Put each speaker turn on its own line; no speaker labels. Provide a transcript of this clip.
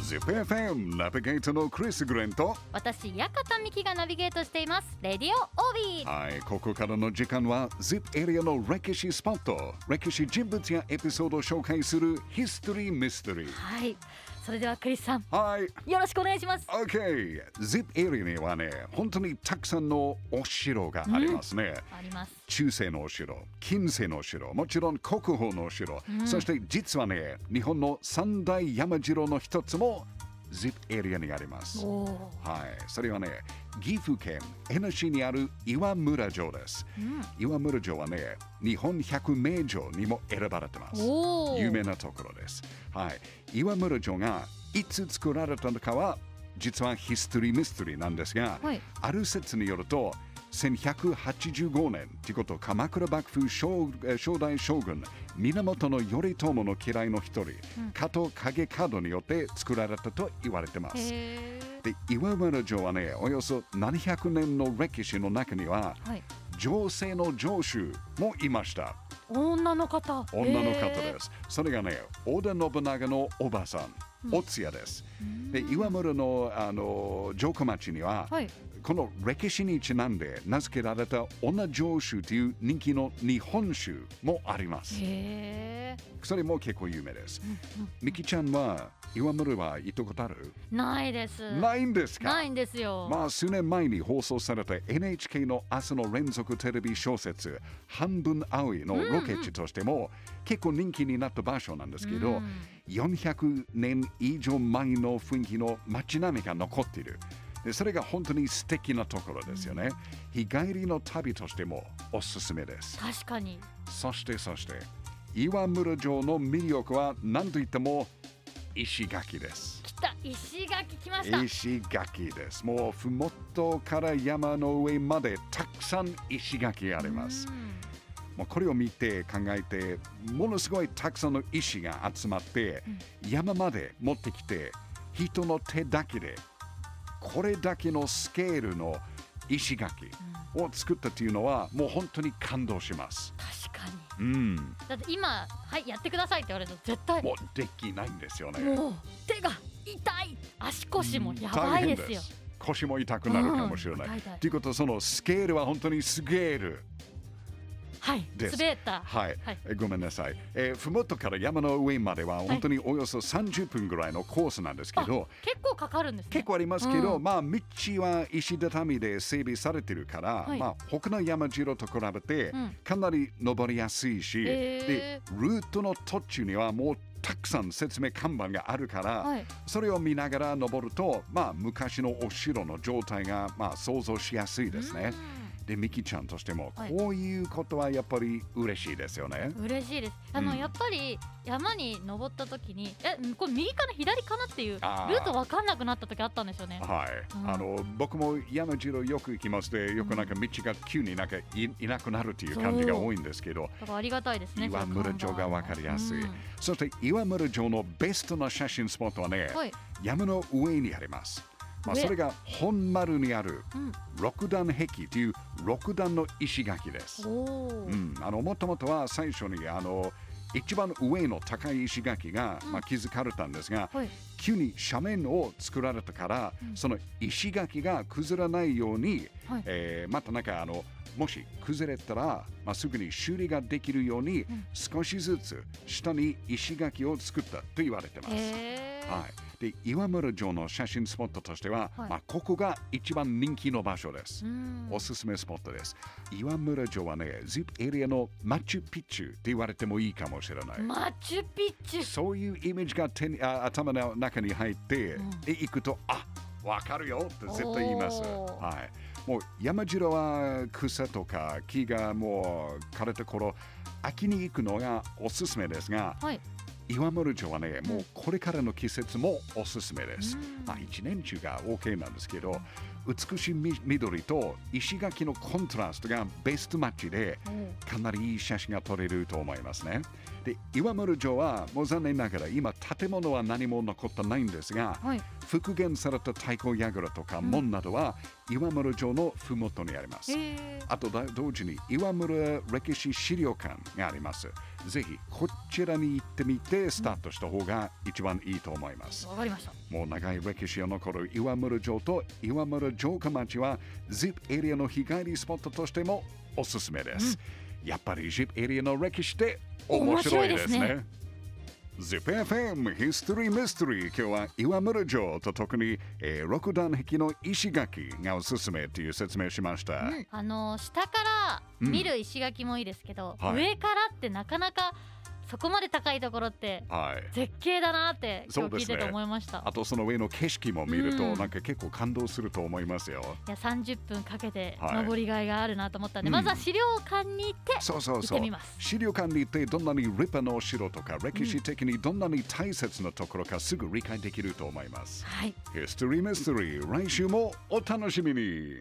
ZIPFM ナビゲートのクリス・グレント
私館美希がナビゲートしていますレディオオービー
はいここからの時間は ZIP エリアの歴史スポット歴史人物やエピソードを紹介するヒストリー・ミステリー
はいそれではクリスさん
はい
よろしくお願いします
OK ZIP エリアにはね本当にたくさんのお城がありますね、
あります
中世のお城、近世のお城、もちろん国宝のお城、そして実はね、日本の三大山城の一つも ZIP エリアにあります。
おおー
はい、それはね、岐阜県江ノ市にある岩村城です。岩村城はね、日本百名城にも選ばれてます。
おー
有名なところです。はい、岩村城がいつ作られたのかは、実はヒストリーミステリーなんですが、
はい
ある説によると、1185年ということ鎌倉幕府将えー初代将軍源頼朝の嫌いの一人、加藤景門によって作られたと言われてます。
へー
で岩村城はねおよそ700年の歴史の中には
はい
女性の城主もいました
女の方
女の方
へー
ですそれがね織田信長のおばさんおつやです、で岩村のあの城下町には、
はい
この歴史にちなんで名付けられた女城主という人気の日本酒もあります
へ
それも結構有名です、みきちゃんは岩村は行ったことある、
ーないです
ないんですか
ないんですよ、
まあ数年前に放送された NHK の朝の連続テレビ小説「半分青い」のロケ地としても結構人気になった場所なんですけど、400年以上前の雰囲気の街並みが残っているでそれが本当に素敵なところですよね日帰りの旅としてもおすすめです
確かに
そしてそして岩室城の魅力は何といっても石垣です
来た石垣来ました
石垣です。もうふもとから山の上までたくさん石垣あります。もうこれを見て考えて、ものすごいたくさんの石が集まって、山まで持ってきて、人の手だけで、これだけのスケールの石垣を作ったというのは、もう本当に感動します。
確かに
うん。
だって今はいやってくださいって言われると絶対
もうできないんですよね。
もう手が痛い足腰もやばいですよ
大変腰も痛くなるかもしれない。
うん痛い痛い
ということはそのスケールは本当にスケール。
はい
です
滑った
はい、
はい
えごめんなさい、えー、ふもとから山の上までは本当におよそ30分ぐらいのコースなんですけ
あ
ど、
結構かかるんですね
結構ありますけど、
うん
まあ道は石畳で整備されてるから、
はい
まあ他の山城と比べて
うん
かなり登りやすいし、
へ
でルートの途中にはもうたくさん説明看板があるから、
はい
それを見ながら登ると、まあ、昔のお城の状態が、まあ、想像しやすいですね。で、ミキちゃんとしても、
はい
こういうことはやっぱり嬉しいですよね。
嬉しいですあの、
うん
やっぱり山に登った時にえこれ右かな左かなっていうル
あー
ート分かんなくなった時あったんですよね
はい、
うん
あの僕も山城よく行きますでよくなんか道が急になんかいいなくなるという感じが多いんですけど、
だからありがたいですね
岩村城が分かりやすい、
うん
そして岩村城のベストな写真スポットはね、
はい
山の上にあります、まあ、
上
それが本丸にある
うん
六段壁という六段の石垣です
おおー、
うん、あのもともとは最初にあの一番上の高い石垣が、まあ、築かれたんですが、
はい
急に斜面を作られたから、その石垣が崩れないように、
はい
えーまたなんかあのもし崩れたら、まあ、すぐに修理ができるように、少しずつ下に石垣を作ったと言われてます。
へー
はい、で岩村城の写真スポットとしては、
はい
まあ、ここが一番人気の場所です。
うん
おすすめスポットです。岩村城はね、ZIP エリアのマチュピチュって言われてもいいかもしれない。
マチュピチュ
そういうイメージが手にあ頭の中に入って、で行くと、あわかるよって絶対言います。
おー
はい、もう山城は草とか木がもう枯れた頃、秋に行くのがおすすめですが、
はい
岩室城はね、もうこれからの季節もおすすめです。
うん
まあ、一年中が OK なんですけど、美しいみ緑と石垣のコントラストがベストマッチでかなりいい写真が撮れると思いますねで岩室城はもう残念ながら今建物は何も残ってないんですが
はい
復元された太鼓櫓とか門などは岩室城の麓にあります、
え
あとだ同時に岩村歴史資料館があります。ぜひこちらに行ってみてスタートした方が一番いいと思います。
わかりました
もう長い歴史を残る岩村城と岩村城下町は ZIP エリアの日帰りスポットとしてもおすすめです。やっぱり ZIP エリアの歴史って面白いです
面白い
ね。ZIPFM History Mystery 今日は岩村城と特に、えー六段壁の石垣がおすすめという説明しました。
うんあの下から見る石垣もいいですけど、
はい
上からってなかなかそこまで高いところって
はい。
絶景だなって今
そうで
日聞い
すね
てて思いました、
あとその上の景色も見ると、
うん
なんか結構感動すると思いますよ。
いや30分かけて
はい
登りがいがあるなと思ったんで、
うん
まずは資料館に行って
そうそう
行っ
そう
てみ。ます
資料館に行ってどんなに立派なお城とか歴史的にどんなに大切なところかすぐ理解できると思います。
はい
History Mystery 来週もお楽しみに